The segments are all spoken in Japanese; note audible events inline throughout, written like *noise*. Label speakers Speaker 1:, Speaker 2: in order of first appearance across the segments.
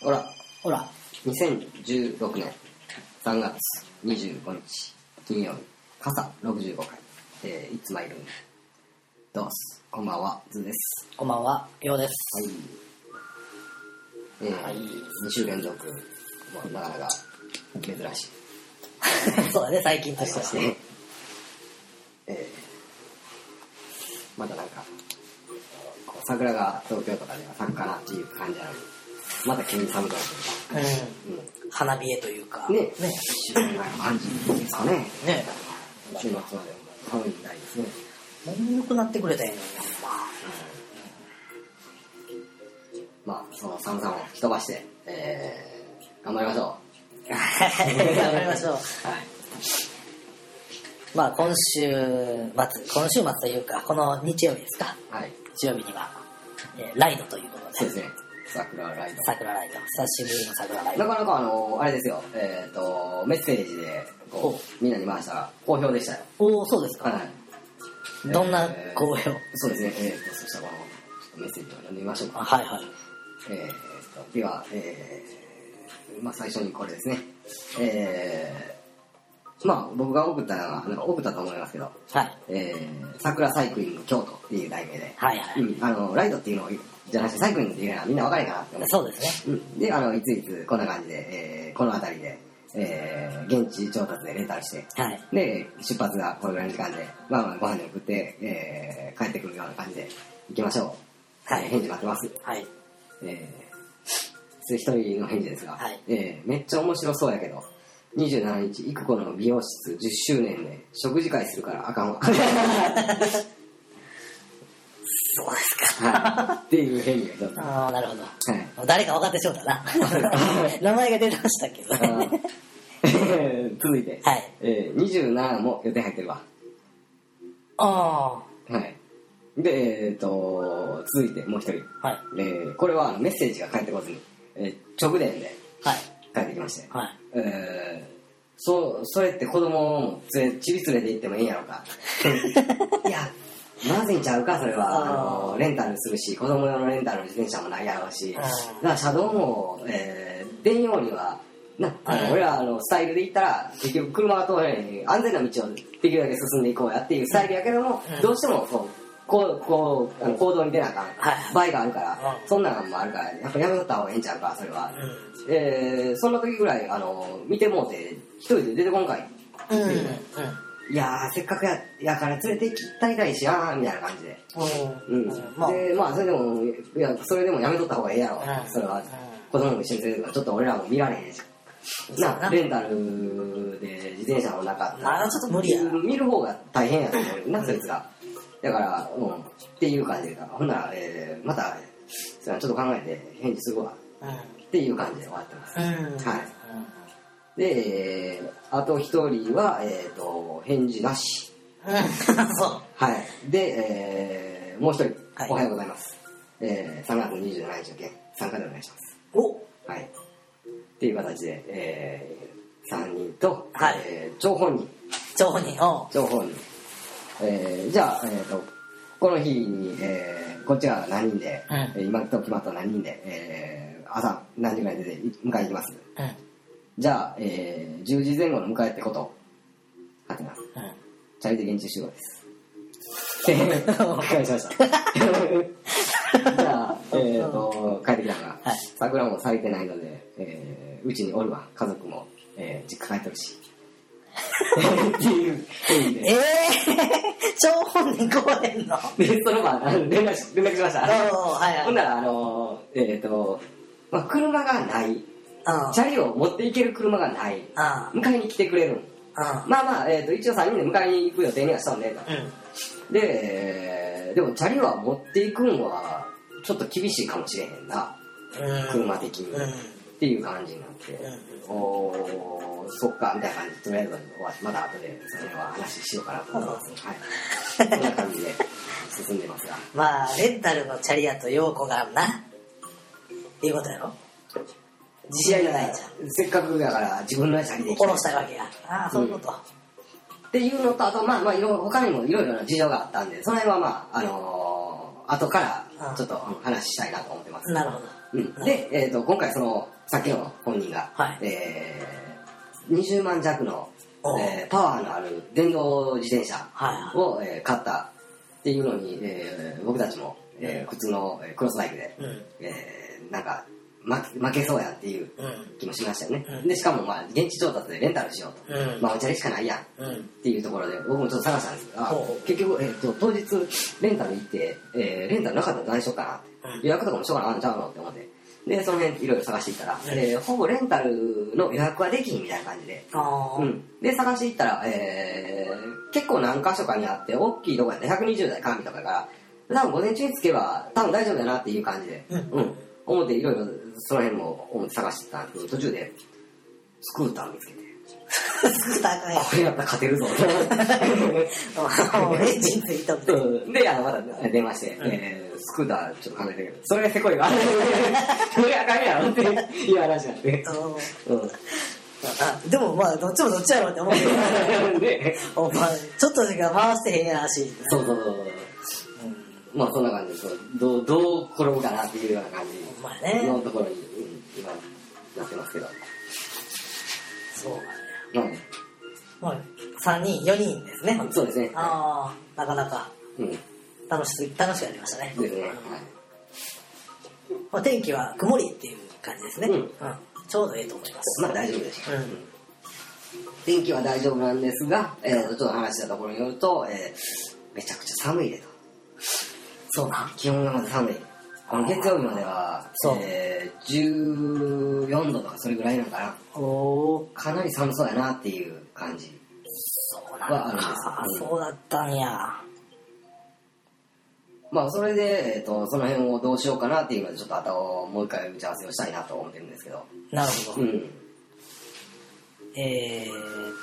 Speaker 1: ほら、
Speaker 2: ほら、
Speaker 1: 2016年3月25日、金曜日、傘65回、えー、いつまいるんどうす、こんばんは、ズーです。
Speaker 2: こんばんは、ようです。
Speaker 1: はい。えー、
Speaker 2: はい
Speaker 1: 2週連続、まあ、なかなか珍しい。
Speaker 2: *laughs* そうだね、最近としては。
Speaker 1: *laughs* えー、まだなんか、こう桜が東京とかでは咲くかなっていう感じなのに、また急に寒くなって
Speaker 2: う
Speaker 1: きた。うん
Speaker 2: ん。花冷えというか。
Speaker 1: ね
Speaker 2: ね。ね。
Speaker 1: 一週間ぐらいの感じですかね。週末までも寒いみたいですね。
Speaker 2: 眠くなってくれたんやん
Speaker 1: まあ、その寒さも吹き飛ばして、えー、頑張りましょ
Speaker 2: はい *laughs* 頑張りましょう。
Speaker 1: う。はい。
Speaker 2: まあ、今週末、今週末というか、この日曜日ですか。
Speaker 1: はい。
Speaker 2: 日曜日には、えーライドということ
Speaker 1: そう
Speaker 2: で
Speaker 1: で、すね。桜ライド。
Speaker 2: 桜ライド、久しぶりの桜ライ
Speaker 1: な
Speaker 2: ド。
Speaker 1: かなかあの、あれですよ、えっ、と、メッセージで、こう、みんなに回したら、好評でしたよ。
Speaker 2: おおそうですか。
Speaker 1: はい。
Speaker 2: どんな
Speaker 1: えー
Speaker 2: 紅葉
Speaker 1: そうですね、えー、とそしたらこのちょっとメッセージを読んでみましょう
Speaker 2: あ
Speaker 1: か。
Speaker 2: はいはい。
Speaker 1: えー、とでは、えーまあ、最初にこれですね。えー、まあ僕が送ったのは、なんか送ったと思いますけど、
Speaker 2: はい。
Speaker 1: えー、桜サイクリング京都っていう題名で、
Speaker 2: はいは
Speaker 1: う
Speaker 2: い。
Speaker 1: ん、あのライドっていうのをじゃなくてサイクリングっていうのはみんなわかるかなって思って。
Speaker 2: そうですね。
Speaker 1: うん、であのいついつこんな感じで、えー、この辺りで、えー、現地調達でレンタルして
Speaker 2: はい。
Speaker 1: で、出発がこれぐらいの時間で、まあまあご飯に送って、えー、帰ってくるような感じで行きましょう。
Speaker 2: はい
Speaker 1: 返事待ってます。
Speaker 2: はい。
Speaker 1: えー、一人の返事ですが、
Speaker 2: はい
Speaker 1: えー、めっちゃ面白そうやけど、27日、イクコの美容室10周年で食事会するからあかんわ。
Speaker 2: そうですか。
Speaker 1: はい。っていう返事がちょっと。は
Speaker 2: ああ、なるほど。
Speaker 1: い。
Speaker 2: 誰か分かってしょうだ *laughs* な。名前が出てましたけど
Speaker 1: あ
Speaker 2: ね。
Speaker 1: ー *laughs* えー続いて、
Speaker 2: はい
Speaker 1: えー、27も予定入ってるわ。
Speaker 2: あ
Speaker 1: はい。で、えっ、と、続いてもう一人。
Speaker 2: あ、はい。
Speaker 1: えーこれはあのメッセージが返ってこずに、えー直電で
Speaker 2: はい。
Speaker 1: 返ってきまして、
Speaker 2: はい。
Speaker 1: えーそうそれって子供を連れちび連れて行ってもいいんやろう
Speaker 2: *laughs*
Speaker 1: かいやまずいんちゃうかそれはあ
Speaker 2: あー
Speaker 1: のレンタルするし子供用のレンタルの自転車もないやろうし
Speaker 2: あ
Speaker 1: だか
Speaker 2: ー
Speaker 1: ら車道も、えー、電用にはなあ
Speaker 2: うん
Speaker 1: の俺らあのスタイルで行ったら結局車は通らないように安全な道をできるだけ進んでいこうやっていうスタイルやけども、
Speaker 2: うん
Speaker 1: どうしてもこうこうこうあの行動に出なあかん、
Speaker 2: はい
Speaker 1: 倍があるから、
Speaker 2: うん
Speaker 1: そんなんもあるから、やっぱやめとった方がええんちゃうか、それは。
Speaker 2: うん。
Speaker 1: えー、そんな時ぐらい、あの、見てもうて、一人で出てこんかい。
Speaker 2: うん。うん。
Speaker 1: いやー、せっかくや、やから連れて行きたいかいしなー、みたいな感じで。
Speaker 2: う。
Speaker 1: うんん。
Speaker 2: まあ、
Speaker 1: で、まあ、それでも、いや、それでもやめとった方がええやろ、
Speaker 2: うん
Speaker 1: それは
Speaker 2: ん。
Speaker 1: 子供も一緒に連れてくから、ちょっと俺らも見られへんし。
Speaker 2: そうや
Speaker 1: な
Speaker 2: な
Speaker 1: レンタルで自転車の中
Speaker 2: まあちょっと無理やな
Speaker 1: 見る方が大変やと思うなそいつがだからうんっていう感じでほんなら、えー、またそれちょっと考えて返事するわっていう感じで終わってます
Speaker 2: うん。うん。
Speaker 1: はいで、えーあと一人は、えー、と返事なし
Speaker 2: うん。そう。
Speaker 1: はいで、えーもう一人、
Speaker 2: はい
Speaker 1: おはようございます、えー、3月27日の件参加でお願いします
Speaker 2: お
Speaker 1: はい。っていう形で、えー、3人と、
Speaker 2: はい
Speaker 1: えー、張本人、
Speaker 2: 張本人を。
Speaker 1: 張本人。えー、じゃあ、えっ、と、この日に、えー、こっちは何人で、
Speaker 2: うん
Speaker 1: えー今と決まった何人で、えー、朝何時ぐらいに出て迎え行きます。
Speaker 2: うん。
Speaker 1: じゃあ、えー、10時前後の迎えってこと、はてな、チャリで現地集合です。お疲れ様でした。じゃあ、えー、と、帰ってきたから、
Speaker 2: はい
Speaker 1: 桜も咲いてないので、えーうちにおるわ家族も、えー実家帰ってるしっていう意味
Speaker 2: え
Speaker 1: で
Speaker 2: え張本人来れんの
Speaker 1: でその場あの連絡し連絡しまし
Speaker 2: お
Speaker 1: た
Speaker 2: おはい
Speaker 1: ほん
Speaker 2: はい。
Speaker 1: ならあのーえっ、と、まあ、車がない
Speaker 2: うん。
Speaker 1: チャリを持っていける車がない
Speaker 2: あ
Speaker 1: 迎えに来てくれるん
Speaker 2: あ。
Speaker 1: まあまあ、えー、と一応3人で迎えに行く予定にはしたんでと
Speaker 2: うん。うん。
Speaker 1: で、えーでもチャリは持っていくんはちょっと厳しいかもしれへんな
Speaker 2: うん。
Speaker 1: 車的に、
Speaker 2: うん。うん。
Speaker 1: っていう感じになって、おー、そっか、みたいな感じで、とりあえず終わって、まだ後で、その辺は話しようかなと思います。はい。こんな感じで進んでますが。
Speaker 2: まあ、レンタルのチャリやと用子があるな。っていうことやろ *laughs* 自信がないじゃん。
Speaker 1: ん。せっかくだから、自分のチャリで行き
Speaker 2: 下
Speaker 1: たい
Speaker 2: ろしたいわけや。ああ、そういうこと。
Speaker 1: っていうのと、あと、まあ、まあ、いろいろ、他にもいろいろな事情があったんで、その辺はまあ、あのー後から、ちょっと話したいなと思ってます。
Speaker 2: なるほど。
Speaker 1: うん、で、えー、と今回そのさっきの本人が、
Speaker 2: はい
Speaker 1: えー20万弱の
Speaker 2: おう、
Speaker 1: えーパワーのある電動自転車
Speaker 2: はい
Speaker 1: を、えー買ったっていうのに、えー僕たちも、えー普通のえークロスバイクで、
Speaker 2: うん
Speaker 1: えーなんか負け負けそうやっていう
Speaker 2: うん
Speaker 1: 気もしましたよね、
Speaker 2: うん
Speaker 1: でしかも、まあ、現地調達でレンタルしようと、
Speaker 2: うん
Speaker 1: まあお茶でしかないやん
Speaker 2: うん
Speaker 1: っていうところで僕もちょっと探したんですけどあ
Speaker 2: ほうほう
Speaker 1: 結局、えー、と当日レンタル行って、えーレンタルなかったら何しようかなって
Speaker 2: うん
Speaker 1: 予約とかもしようかなあんちゃうのって思ってでその辺いろいろ探していったら、
Speaker 2: うん
Speaker 1: えーほぼレンタルの予約はできんみたいな感じで、
Speaker 2: あー
Speaker 1: うん、で探していったら、えー結構何箇所かにあって大きいとこやったら120台完備とかやから多分午前中に着けば多分大丈夫だなっていう感じで、
Speaker 2: うん
Speaker 1: うん、思っていろいろその辺も思って探してたんですけど途中でスクーター見つけて
Speaker 2: スクーターかよ
Speaker 1: これやったら勝てるぞ
Speaker 2: おーエンジンついとって
Speaker 1: うんで、あの、また電話して、
Speaker 2: うん
Speaker 1: えースクーターちょっと考えてるけど、それがせこいわ。それあかんやろっていう話になって。
Speaker 2: おー
Speaker 1: う
Speaker 2: あでもまあどっちもどっちやろって思うけど
Speaker 1: ん。で、
Speaker 2: お前ちょっとしか回してへんやらしい
Speaker 1: そうそうそう。
Speaker 2: うん
Speaker 1: まあ、そんな感じで、そうどう、どう転ぶかなっていうような感
Speaker 2: お前
Speaker 1: じの
Speaker 2: ね
Speaker 1: ところに、うん今、なってますけど。
Speaker 2: そうだね
Speaker 1: ま
Speaker 2: まあ3人4人ですね
Speaker 1: あ、そうですね。
Speaker 2: ああなかなか
Speaker 1: うん。
Speaker 2: 楽しす楽しくやりましたね
Speaker 1: ですね。は
Speaker 2: まあ、天気は曇りっていう感じですね、
Speaker 1: うん
Speaker 2: ちょうどいいと思いま
Speaker 1: い。
Speaker 2: す
Speaker 1: まあ、大丈夫でしょう。
Speaker 2: うん
Speaker 1: 天気は大丈夫なんですが、えー、ちょっと話したところによると、えーめちゃくちゃ寒いでと。
Speaker 2: そうなん
Speaker 1: 気温がまだ寒い。あの月曜日までは、
Speaker 2: そう
Speaker 1: えー、14度とかそれぐらいなのかな。
Speaker 2: おお
Speaker 1: かなり寒そうやなっていう感じ。
Speaker 2: そうなん
Speaker 1: はある
Speaker 2: だ
Speaker 1: んですうん
Speaker 2: そうだったんや
Speaker 1: まあ、それで、えっ、と、その辺をどうしようかなっていうので、ちょっとあともう一回打ち合わせをしたいなと思ってるんですけど。
Speaker 2: なるほど、
Speaker 1: うん。
Speaker 2: えーっ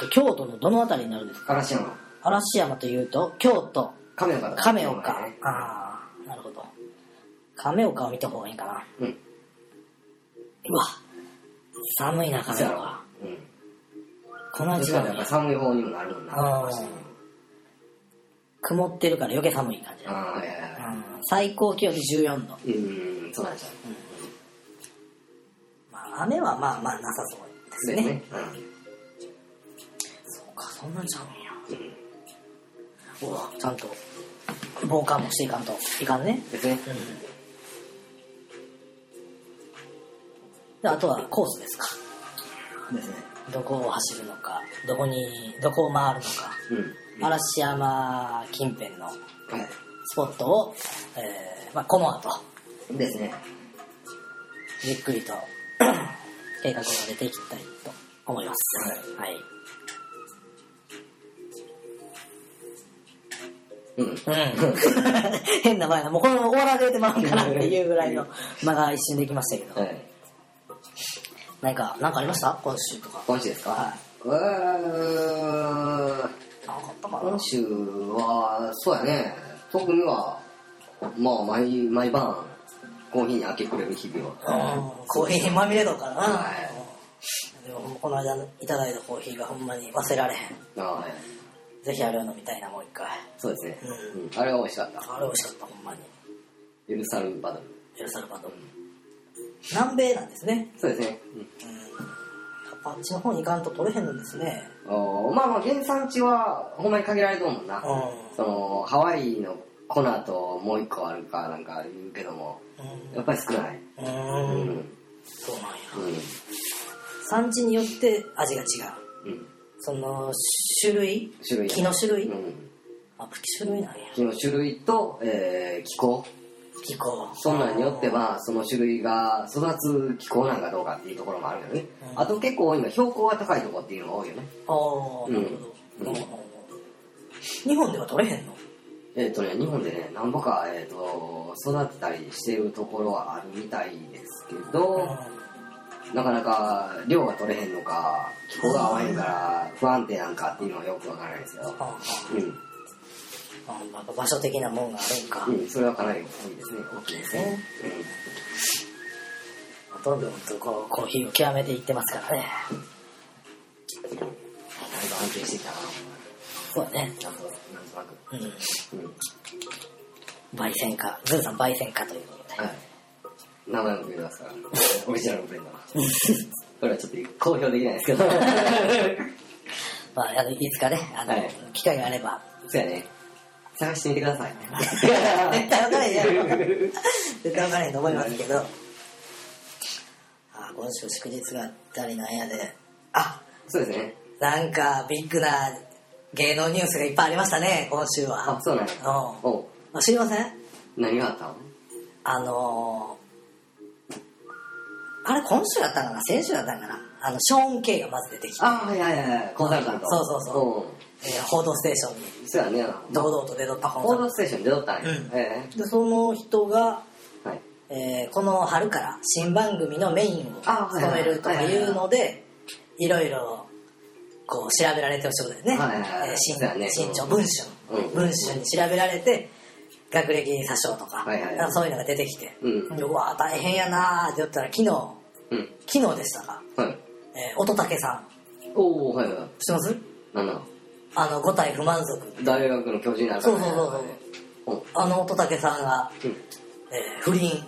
Speaker 2: と京都のどの辺りになるんですか
Speaker 1: 嵐山、
Speaker 2: 嵐山というと京都
Speaker 1: 亀岡だ
Speaker 2: 亀岡、ああなるほど亀岡を見た方がいいかな
Speaker 1: うん。
Speaker 2: うわ寒いな
Speaker 1: そ
Speaker 2: 亀
Speaker 1: うやろ
Speaker 2: 岡。
Speaker 1: うん。
Speaker 2: この時
Speaker 1: そ
Speaker 2: 間
Speaker 1: うやっぱ寒い方にもなるもんな。
Speaker 2: あー曇ってるから余計寒い感じだ、
Speaker 1: あー、いやいや
Speaker 2: うん最高気温14度、
Speaker 1: いやうん、そうなんでしょう。
Speaker 2: まあ、雨はまあまあなさそうですねそうかそんなんちゃうんや
Speaker 1: うん。うん。
Speaker 2: うわちゃんと防寒もしていかんといかんね
Speaker 1: ですね。
Speaker 2: であとはコースですか
Speaker 1: ですね。
Speaker 2: どこを走るのかどこにどこを回るのか
Speaker 1: うん。
Speaker 2: 嵐山近辺の
Speaker 1: はい。
Speaker 2: スポットを、えーまあ、この後
Speaker 1: ですね。
Speaker 2: ゆっくりと *clears throat* 計画を立てていきたいと思いますはい、
Speaker 1: うん。
Speaker 2: うん、 *laughs* 変な前なもうこのまま終わらせてまうんかなっていうぐらいの間が一瞬できましたけど
Speaker 1: はい。
Speaker 2: 何か何かありました今週とか
Speaker 1: 今週ですか、
Speaker 2: は
Speaker 1: うーん
Speaker 2: 何かあったかな
Speaker 1: 今週は、そうやね。特には、まあ、毎、毎晩、コーヒーに明け暮れる日々
Speaker 2: うん
Speaker 1: を。
Speaker 2: コーヒーにまみれとかな、
Speaker 1: は
Speaker 2: でもこの間いただいたコーヒーがほんまに忘れられへん
Speaker 1: はい。
Speaker 2: ぜひあれを飲みたいなもう一回
Speaker 1: そうですね、
Speaker 2: う
Speaker 1: うんあれは美味しかった。
Speaker 2: あれ美味しかったほんまに
Speaker 1: エルサルバドル。
Speaker 2: エルサルバドル南米なんですね
Speaker 1: そうですね。
Speaker 2: あっちの方に行かんと取れへんのですね
Speaker 1: うんおーまあまあ、原産地は、ほんまに限られると思うな。
Speaker 2: う
Speaker 1: その、ハワイの粉ともう一個あるかなんか言うけども、やっぱり少ない。
Speaker 2: ん
Speaker 1: う。
Speaker 2: うんん、
Speaker 1: う
Speaker 2: うんん、そうなんや産地によって味が違う
Speaker 1: うん。
Speaker 2: その種類
Speaker 1: 種類や
Speaker 2: 木の種類、
Speaker 1: うん。
Speaker 2: あ種類なんや
Speaker 1: 木の種類と、えー気候
Speaker 2: 気候
Speaker 1: そんなんによってはその種類が育つ気候なんかどうかっていうところもあるよね、
Speaker 2: うん
Speaker 1: あと結構多いのは標高が高いところっていうのが多いよね
Speaker 2: ああなるほ
Speaker 1: う
Speaker 2: ど、
Speaker 1: ん
Speaker 2: うん日本では取れへんの
Speaker 1: えっ、とね日本でねなんぼか、えー、と育てたりしてるところはあるみたいですけど、なかなか量が取れへんのか気候が合わへんから不安定なんかっていうのはよくわからないですけど
Speaker 2: ああ
Speaker 1: う
Speaker 2: あやっぱ場所的なもんがあるんか、
Speaker 1: ん、うん、それはかなり大きいですね大きいですね、
Speaker 2: どんどんとこうコーヒーを極めていってますからね
Speaker 1: うん、なんか安定してきたな
Speaker 2: そうだ
Speaker 1: な
Speaker 2: ね
Speaker 1: んとなくなんとなく
Speaker 2: うん
Speaker 1: うん
Speaker 2: 焙煎かズーさん焙煎かということで
Speaker 1: はい名前も付けてますから、オリジナルのブレンダーなんで。これはちょっと公表できないですけど。 *laughs*
Speaker 2: まあ、あのいつかね、あの、
Speaker 1: はい
Speaker 2: 機会があれば、
Speaker 1: そうやね。探してみてください。
Speaker 2: 絶対わかんないじゃん。絶対わかんないと思いますけど。あ、今週祝日があったりなんやで。あ、
Speaker 1: *laughs* そうですね。
Speaker 2: なんかビッグな芸能ニュースがいっぱいありましたね、今週
Speaker 1: あ
Speaker 2: は、。
Speaker 1: そうなんや。
Speaker 2: う。
Speaker 1: おうん
Speaker 2: 知りません
Speaker 1: 何があったの
Speaker 2: あのー、あれ今週だったかな先週だったかなあの、ショーン・ケイがまず出てきて、
Speaker 1: ああ、はいはいはい。コンサルタント。。
Speaker 2: そうそうそうえー報道ステーションに
Speaker 1: ん。そうやね。
Speaker 2: 堂々と出とったコンサ
Speaker 1: 報
Speaker 2: ー
Speaker 1: 道ステーションで撮ったんや。
Speaker 2: うん
Speaker 1: え
Speaker 2: トで、その人が、
Speaker 1: えはい。
Speaker 2: えーこの春から新番組のメインを
Speaker 1: あはい
Speaker 2: 務めるとかいうのでいろいろこう調べられてる仕事だよね
Speaker 1: はいはいはい
Speaker 2: えー
Speaker 1: そうだね
Speaker 2: 新新潮文春
Speaker 1: うん
Speaker 2: 文春に調べられて学歴詐称とか
Speaker 1: はいはいはい
Speaker 2: なんかそういうのが出てきて
Speaker 1: うん
Speaker 2: でうわ大変やなーって言ったら昨日
Speaker 1: うん。
Speaker 2: 昨日でしたか
Speaker 1: はい。
Speaker 2: えー乙武さん
Speaker 1: おおはいはい。
Speaker 2: 知ってます
Speaker 1: なんだ
Speaker 2: あの五体不満足
Speaker 1: 大学の教授になる
Speaker 2: そうそうそうそう
Speaker 1: そう。
Speaker 2: あの乙武さんが、
Speaker 1: うん。
Speaker 2: えー不倫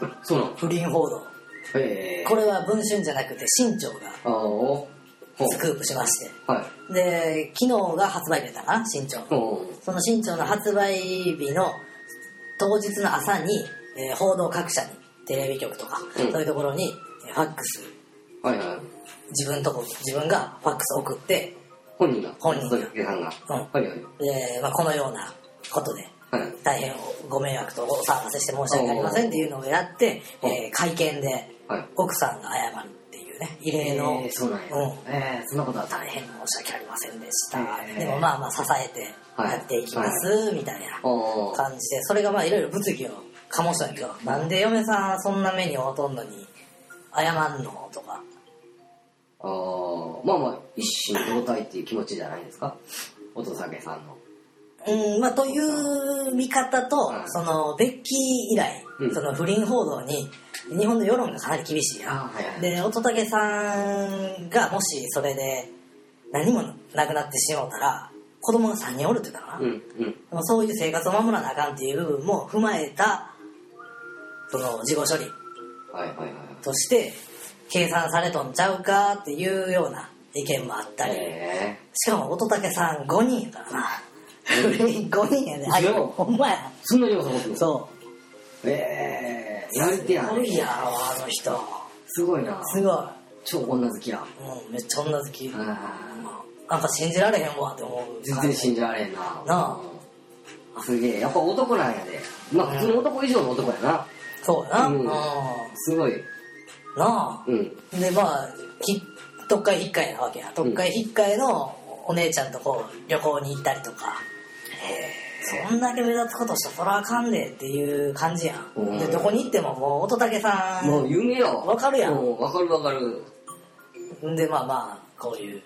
Speaker 1: うんそうなの
Speaker 2: 不倫報道
Speaker 1: ええ。
Speaker 2: これは文春じゃなくて新潮が
Speaker 1: ああ、おほ
Speaker 2: スクープしまして
Speaker 1: う。はい。
Speaker 2: で昨日が発売日だったかな新潮の
Speaker 1: ほう。
Speaker 2: その新潮の発売日の当日の朝に、えー報道各社にテレビ局とか、
Speaker 1: うん
Speaker 2: そういうところにえーファックス
Speaker 1: はいはい。
Speaker 2: 自分とこ自分がファックス送って、
Speaker 1: 本人が。
Speaker 2: 本人が
Speaker 1: そういう批判が。
Speaker 2: うん
Speaker 1: はいはい。
Speaker 2: でまあ、このようなことで
Speaker 1: はい。
Speaker 2: 大変ご迷惑とお騒がせして申し訳ありませんっていうのをやって、
Speaker 1: うん
Speaker 2: えー会見で
Speaker 1: はい。
Speaker 2: 奥さんが謝るっていうね異例の、
Speaker 1: えーそうなんや。
Speaker 2: うん
Speaker 1: ええ、そんなことあった
Speaker 2: 大変申し訳ありませんでした、
Speaker 1: えー
Speaker 2: でもまあまあ支えてやっていきます、みたいな
Speaker 1: おお
Speaker 2: 感じでそれがまあいろいろ物議を醸したんやけど、なんで嫁さんそんな目に遭うとんのに謝んのとか
Speaker 1: ああまあまあ一心同体っていう気持ちじゃないですか乙武さんの
Speaker 2: うんまあという見方と、
Speaker 1: はい
Speaker 2: そのベッキー以来、
Speaker 1: うん
Speaker 2: その不倫報道に日本の世論がかなり厳しいやん
Speaker 1: はいは
Speaker 2: で乙武さんがもしそれで何もなくなってしまうたら子供が3人おるって言うたかな、
Speaker 1: うんうん
Speaker 2: まあそういう生活を守らなあかんっていう部分も踏まえたその事後処理
Speaker 1: はいはいはい
Speaker 2: として計算されとんちゃうかっていうような意見もあったり、
Speaker 1: え
Speaker 2: しかも乙武さん5人やからな5人やで、ね、あ
Speaker 1: いや
Speaker 2: ほんまや
Speaker 1: えそんなにもそう思ってる
Speaker 2: そ
Speaker 1: ええやり
Speaker 2: う
Speaker 1: 手
Speaker 2: す
Speaker 1: や
Speaker 2: ご
Speaker 1: ね
Speaker 2: いやろあの人
Speaker 1: すごいな
Speaker 2: すごい
Speaker 1: 超女好きや
Speaker 2: うんめっちゃ女好き、
Speaker 1: うん
Speaker 2: なんか信じられへんわって思う
Speaker 1: 全然信じられへんなな
Speaker 2: あ
Speaker 1: すげえやっぱ男なんやでまあ普通の男以上の男やな
Speaker 2: そうやな、
Speaker 1: うん
Speaker 2: うんな
Speaker 1: すごい
Speaker 2: あ
Speaker 1: うん
Speaker 2: でまあひ特会引っかえなわけや特会引っかえのお姉ちゃんとこう旅行に行ったりとか、そんだけ目立つことしたらそらあかんでっていう感じや
Speaker 1: うん
Speaker 2: んでどこに行ってももう乙武さ
Speaker 1: もう有名やわ
Speaker 2: わかるやん
Speaker 1: うわかるわかる
Speaker 2: んでまあまあこういう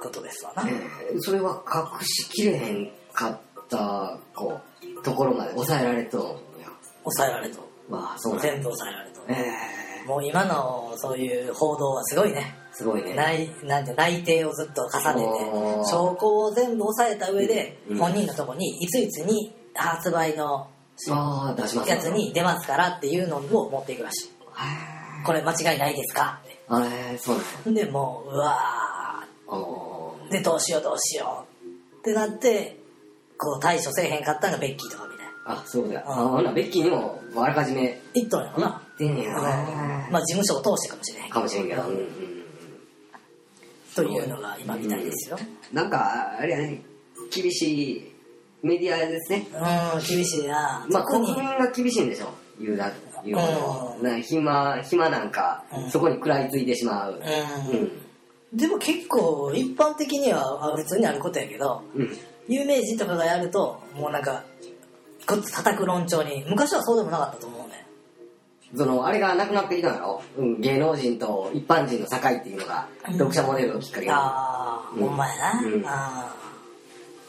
Speaker 2: ことですわな、
Speaker 1: えーそれは隠しきれへんかったこうところまで抑えられとんや
Speaker 2: 抑えられと
Speaker 1: まあそうなんや
Speaker 2: 全部抑えられと、
Speaker 1: え
Speaker 2: もう今のそういう報道はすごいね
Speaker 1: ーすごいね
Speaker 2: 内なんて内定をずっと重ねて
Speaker 1: おー
Speaker 2: 証拠を全部押さえた上で
Speaker 1: うん
Speaker 2: 本人のとこにいついつに発売の
Speaker 1: ああ出します
Speaker 2: やつに出ますからっていうのを持っていくらしい
Speaker 1: へ
Speaker 2: これ間違いないですかっ
Speaker 1: ーあれそうなんや
Speaker 2: てでもううわ
Speaker 1: お
Speaker 2: ーでどうしようどうしようってなってこう対処せえへんかったのがベッキーとかみたいな
Speaker 1: あそうだ
Speaker 2: ん
Speaker 1: あほなベッキーにもあらかじめ
Speaker 2: 言っとんやろな、
Speaker 1: 出ねえよ
Speaker 2: うんまあ事務所を通してかもしれへん
Speaker 1: かもしれんけど、うんうんう
Speaker 2: うん
Speaker 1: ん、
Speaker 2: というのが今みたいですよ
Speaker 1: なんかあれやね厳しいメディアですね
Speaker 2: うん厳しいな
Speaker 1: まあ、
Speaker 2: 特
Speaker 1: 国
Speaker 2: に
Speaker 1: 民が厳しいんでしょ言うだ言うほど
Speaker 2: うん
Speaker 1: な暇暇なんか、
Speaker 2: うん
Speaker 1: そこに食らいついてしまう
Speaker 2: うん
Speaker 1: うん
Speaker 2: でも結構一般的にはあ普通にあることやけど
Speaker 1: うん
Speaker 2: 有名人とかがやるともうなんかこっち叩く論調に昔はそうでもなかったと思うね
Speaker 1: そのあれがなくなってきたんだろ、うん、芸能人と一般人の境っていうのが、読者モデルのきっかけ
Speaker 2: ああ
Speaker 1: うん
Speaker 2: ほんまやな、
Speaker 1: うん
Speaker 2: あー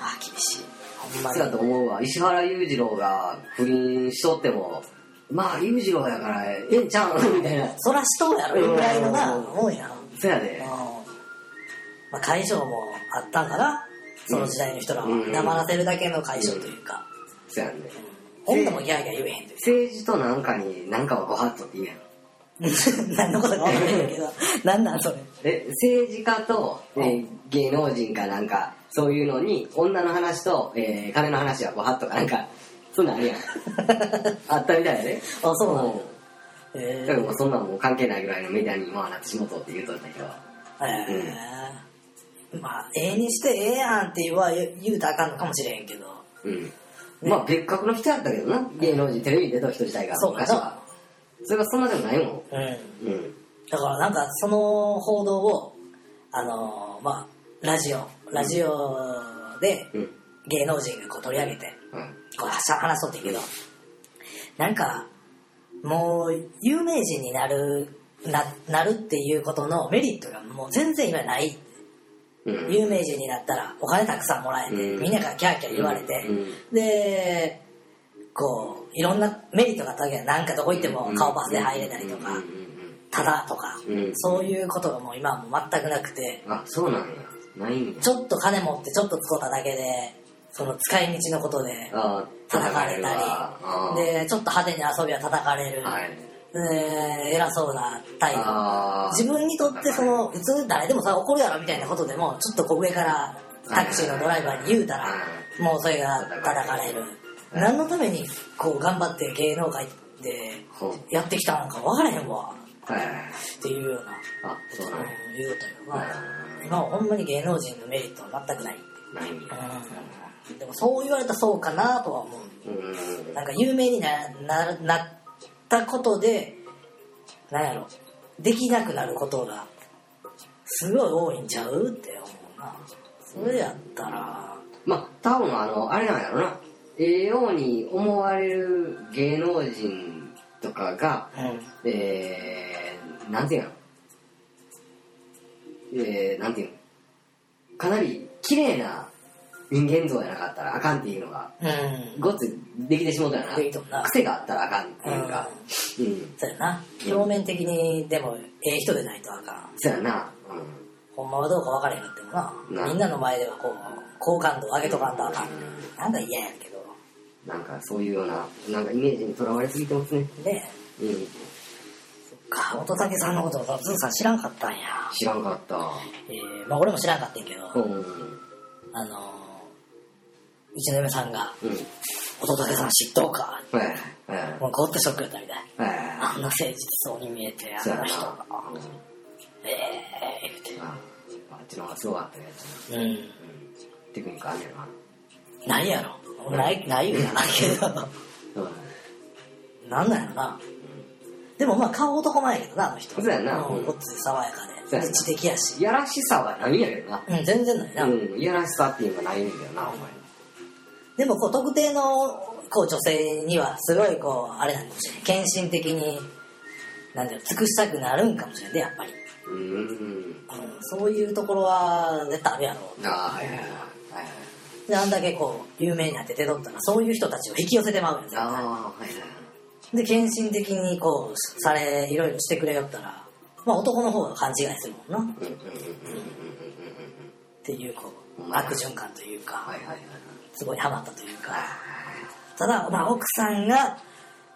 Speaker 2: あー厳しいほんま
Speaker 1: そう
Speaker 2: に
Speaker 1: だと思うわ石原裕次郎が不倫しとってもまあ裕次郎やからええんちゃうんみたいな
Speaker 2: そらしとうやろぐらいのな
Speaker 1: うん
Speaker 2: 思うやん、
Speaker 1: そや
Speaker 2: うん
Speaker 1: で
Speaker 2: まあ、解消もあったんかなその時代の人らは
Speaker 1: うん
Speaker 2: 黙らせるだけの解消というか、
Speaker 1: そやね
Speaker 2: うん女もギャーギャー言えへんで
Speaker 1: 政治となんかに、なんかをご法度って言うやん。
Speaker 2: *laughs* 何のことか分かんないけど何なんそれ
Speaker 1: え、政治家と、えー芸能人かなんか、そういうのに、女の話と、えー金の話はご法度かなんか、そんなんあるやん。あったみたいやで。
Speaker 2: あそうなんや
Speaker 1: う
Speaker 2: へ
Speaker 1: んだか
Speaker 2: え
Speaker 1: らもうそんなんもう関係ないぐらいのメディアに今なってしもうとって言うとったけど。
Speaker 2: えーまあええにしてええやんって言わ言うたらあかんのかもしれへんけど
Speaker 1: うん。まあ別格の人やったけどな。芸能人、テレビに出た人自体が。
Speaker 2: そうか
Speaker 1: 昔は。それがそんなでもないもん。
Speaker 2: うん
Speaker 1: うん。
Speaker 2: だからなんかその報道をあのーまあラジオラジオで
Speaker 1: うん。
Speaker 2: 芸能人がこう取り上げて
Speaker 1: うん。
Speaker 2: こう話話そうって言うけどなんかもう有名人になるななるっていうことのメリットがもう全然今ない
Speaker 1: うん。
Speaker 2: 有名人になったらお金たくさんもらえて、
Speaker 1: うん
Speaker 2: みんなからキャーキャー言われて、
Speaker 1: うん
Speaker 2: でこういろんなメリットがあったわけやなんかどこ行っても顔パスで入れたりとか、
Speaker 1: うん
Speaker 2: ただとか、
Speaker 1: うん
Speaker 2: そういうことがもう今はもう全くなくて
Speaker 1: あ、そうなんや。ないんや。
Speaker 2: ちょっと金持ってちょっと使うただけでその使い道のことで
Speaker 1: あ
Speaker 2: 叩かれたり
Speaker 1: あー
Speaker 2: でちょっと派手に遊びは叩かれる、
Speaker 1: はい。
Speaker 2: で偉そうな態度
Speaker 1: あー
Speaker 2: 自分にとってその普通誰でもさ怒るやろみたいなことでもちょっとこう上からタクシーのドライバーに言うたらもうそれが叩かれる何のためにこう頑張って芸能界で
Speaker 1: ほう
Speaker 2: やってきたのか分からへんわ
Speaker 1: はいはいはい。
Speaker 2: っていうような
Speaker 1: あ、
Speaker 2: こ
Speaker 1: そう
Speaker 2: と
Speaker 1: なん
Speaker 2: を
Speaker 1: や。
Speaker 2: 言うたよな今はほんまに芸能人のメリットは全くない、
Speaker 1: ないんや。
Speaker 2: うん、でもそう言われたらそうかなとは思う
Speaker 1: うん。
Speaker 2: なんか有名になななったことでなんやろできなくなることがすごい多いんちゃうって思うなそれやったら
Speaker 1: まあ、多分あの、あれなんやろな。ええように思われる芸能人とかが、
Speaker 2: う
Speaker 1: えー、なんていうのえー、なんていうのかなり綺麗な人間像やなかったらあかんっていうのが、
Speaker 2: んうん
Speaker 1: ごっつできてしもうたよな。
Speaker 2: できとんな
Speaker 1: 癖があったらあかんっていうか。うん。
Speaker 2: そうやな表面的にでもええ人でないとあかん
Speaker 1: そうやな。うん。
Speaker 2: ほんまはどうか分からへんかってもな
Speaker 1: な
Speaker 2: みんなの前ではこう好感度を上げとかんとあかんなんか嫌やけど
Speaker 1: なんかそういうような、なんかイメージにとらわれすぎてますね。
Speaker 2: ね
Speaker 1: うん。
Speaker 2: そっか乙武さんのことをズーさん知らんかったんや、
Speaker 1: 知らんかった。
Speaker 2: えーまあ俺も知らんかったんやけど、
Speaker 1: うん。うん。
Speaker 2: あのーうちの嫁さんが、おとたけさん知っとうか。
Speaker 1: はい。はい。
Speaker 2: もうゴってショックやったみたい。
Speaker 1: は
Speaker 2: あんな誠実そうに見えて、
Speaker 1: い。
Speaker 2: あ
Speaker 1: そうや
Speaker 2: の
Speaker 1: な。
Speaker 2: 人
Speaker 1: あ
Speaker 2: が、ええー、
Speaker 1: あっちの方がすごかったやつ
Speaker 2: 言うて。
Speaker 1: な。うん。テクニックあんねんな。
Speaker 2: うん。ないやろ。ない、ないよな、けど。
Speaker 1: そうだね。
Speaker 2: *laughs* なんなんやろな。でもまあ顔男前やけどな、あの人。
Speaker 1: そうやな
Speaker 2: うんごっつい爽やか
Speaker 1: そう
Speaker 2: で。
Speaker 1: やな
Speaker 2: で知的やし。
Speaker 1: いやらしさはないんやけどな。
Speaker 2: うん、全然ないな。
Speaker 1: うん。いやらしさっていうのはないんだよな、お前。
Speaker 2: でもこう特定のこう女性にはすごいこうあれなんかもしれない献身的になんだろう尽くしたくなるんかもしれないねやっぱり、
Speaker 1: うーん。
Speaker 2: うん、そういうところは絶対あるやろ
Speaker 1: ああ、はいはいはい。はいはい。
Speaker 2: であんだけこう有名になって出とったらそういう人たちを引き寄せてまうやん
Speaker 1: あ
Speaker 2: 絶
Speaker 1: あ、はいはいはい。
Speaker 2: 対で献身的にこうされいろいろしてくれよったらまあ男の方が勘違いするもんなっ
Speaker 1: うんうんうんうんうんうんうんうん。
Speaker 2: ていうこ
Speaker 1: う
Speaker 2: うん悪循環というか
Speaker 1: はいはいはい。
Speaker 2: すごいハマったというかただ、まあ、奥さんが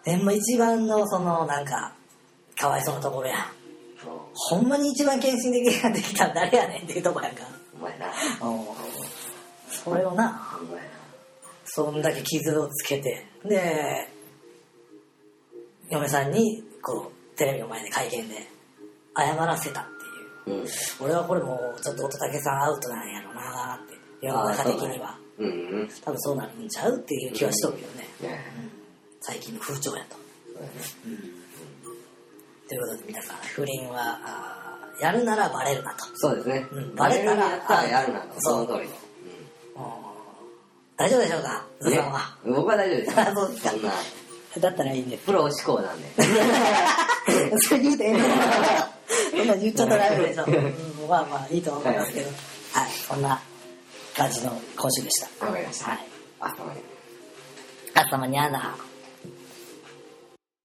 Speaker 2: でも一番のそのなんかかわいそうなところや
Speaker 1: そう。
Speaker 2: ほんまに一番献身的になってきたん誰やねんっていうとこやんか
Speaker 1: お前な。
Speaker 2: それをな
Speaker 1: お前な。
Speaker 2: そんだけ傷をつけてで嫁さんにこうテレビの前で会見で謝らせたっていう
Speaker 1: うん。
Speaker 2: 俺はこれもうちょっと乙武さんアウトなんやろなーって世の中的には
Speaker 1: うんうん。
Speaker 2: 多分そうなるんちゃうっていう気はしとるよね、
Speaker 1: ね
Speaker 2: 最近の風潮やと
Speaker 1: そうやね
Speaker 2: ということで皆さん不倫はあーやるならバレるなと
Speaker 1: そうですね
Speaker 2: うん。
Speaker 1: バレたらやったら
Speaker 2: あ
Speaker 1: やるなと。その通りだ。
Speaker 2: 大丈夫でしょうか
Speaker 1: うん
Speaker 2: ズさんは
Speaker 1: ね僕は大丈夫です
Speaker 2: あそうですか
Speaker 1: そんな、
Speaker 2: だったらいいんです
Speaker 1: プロ思考なんで。
Speaker 2: それ言うてええのそんなん言っちゃったらダメでしょ、うんまあまあいいと思いますけどはい、そんな感じの今週でした
Speaker 1: わかりました。
Speaker 2: はい
Speaker 1: あ、わかりました。
Speaker 2: 頭に穴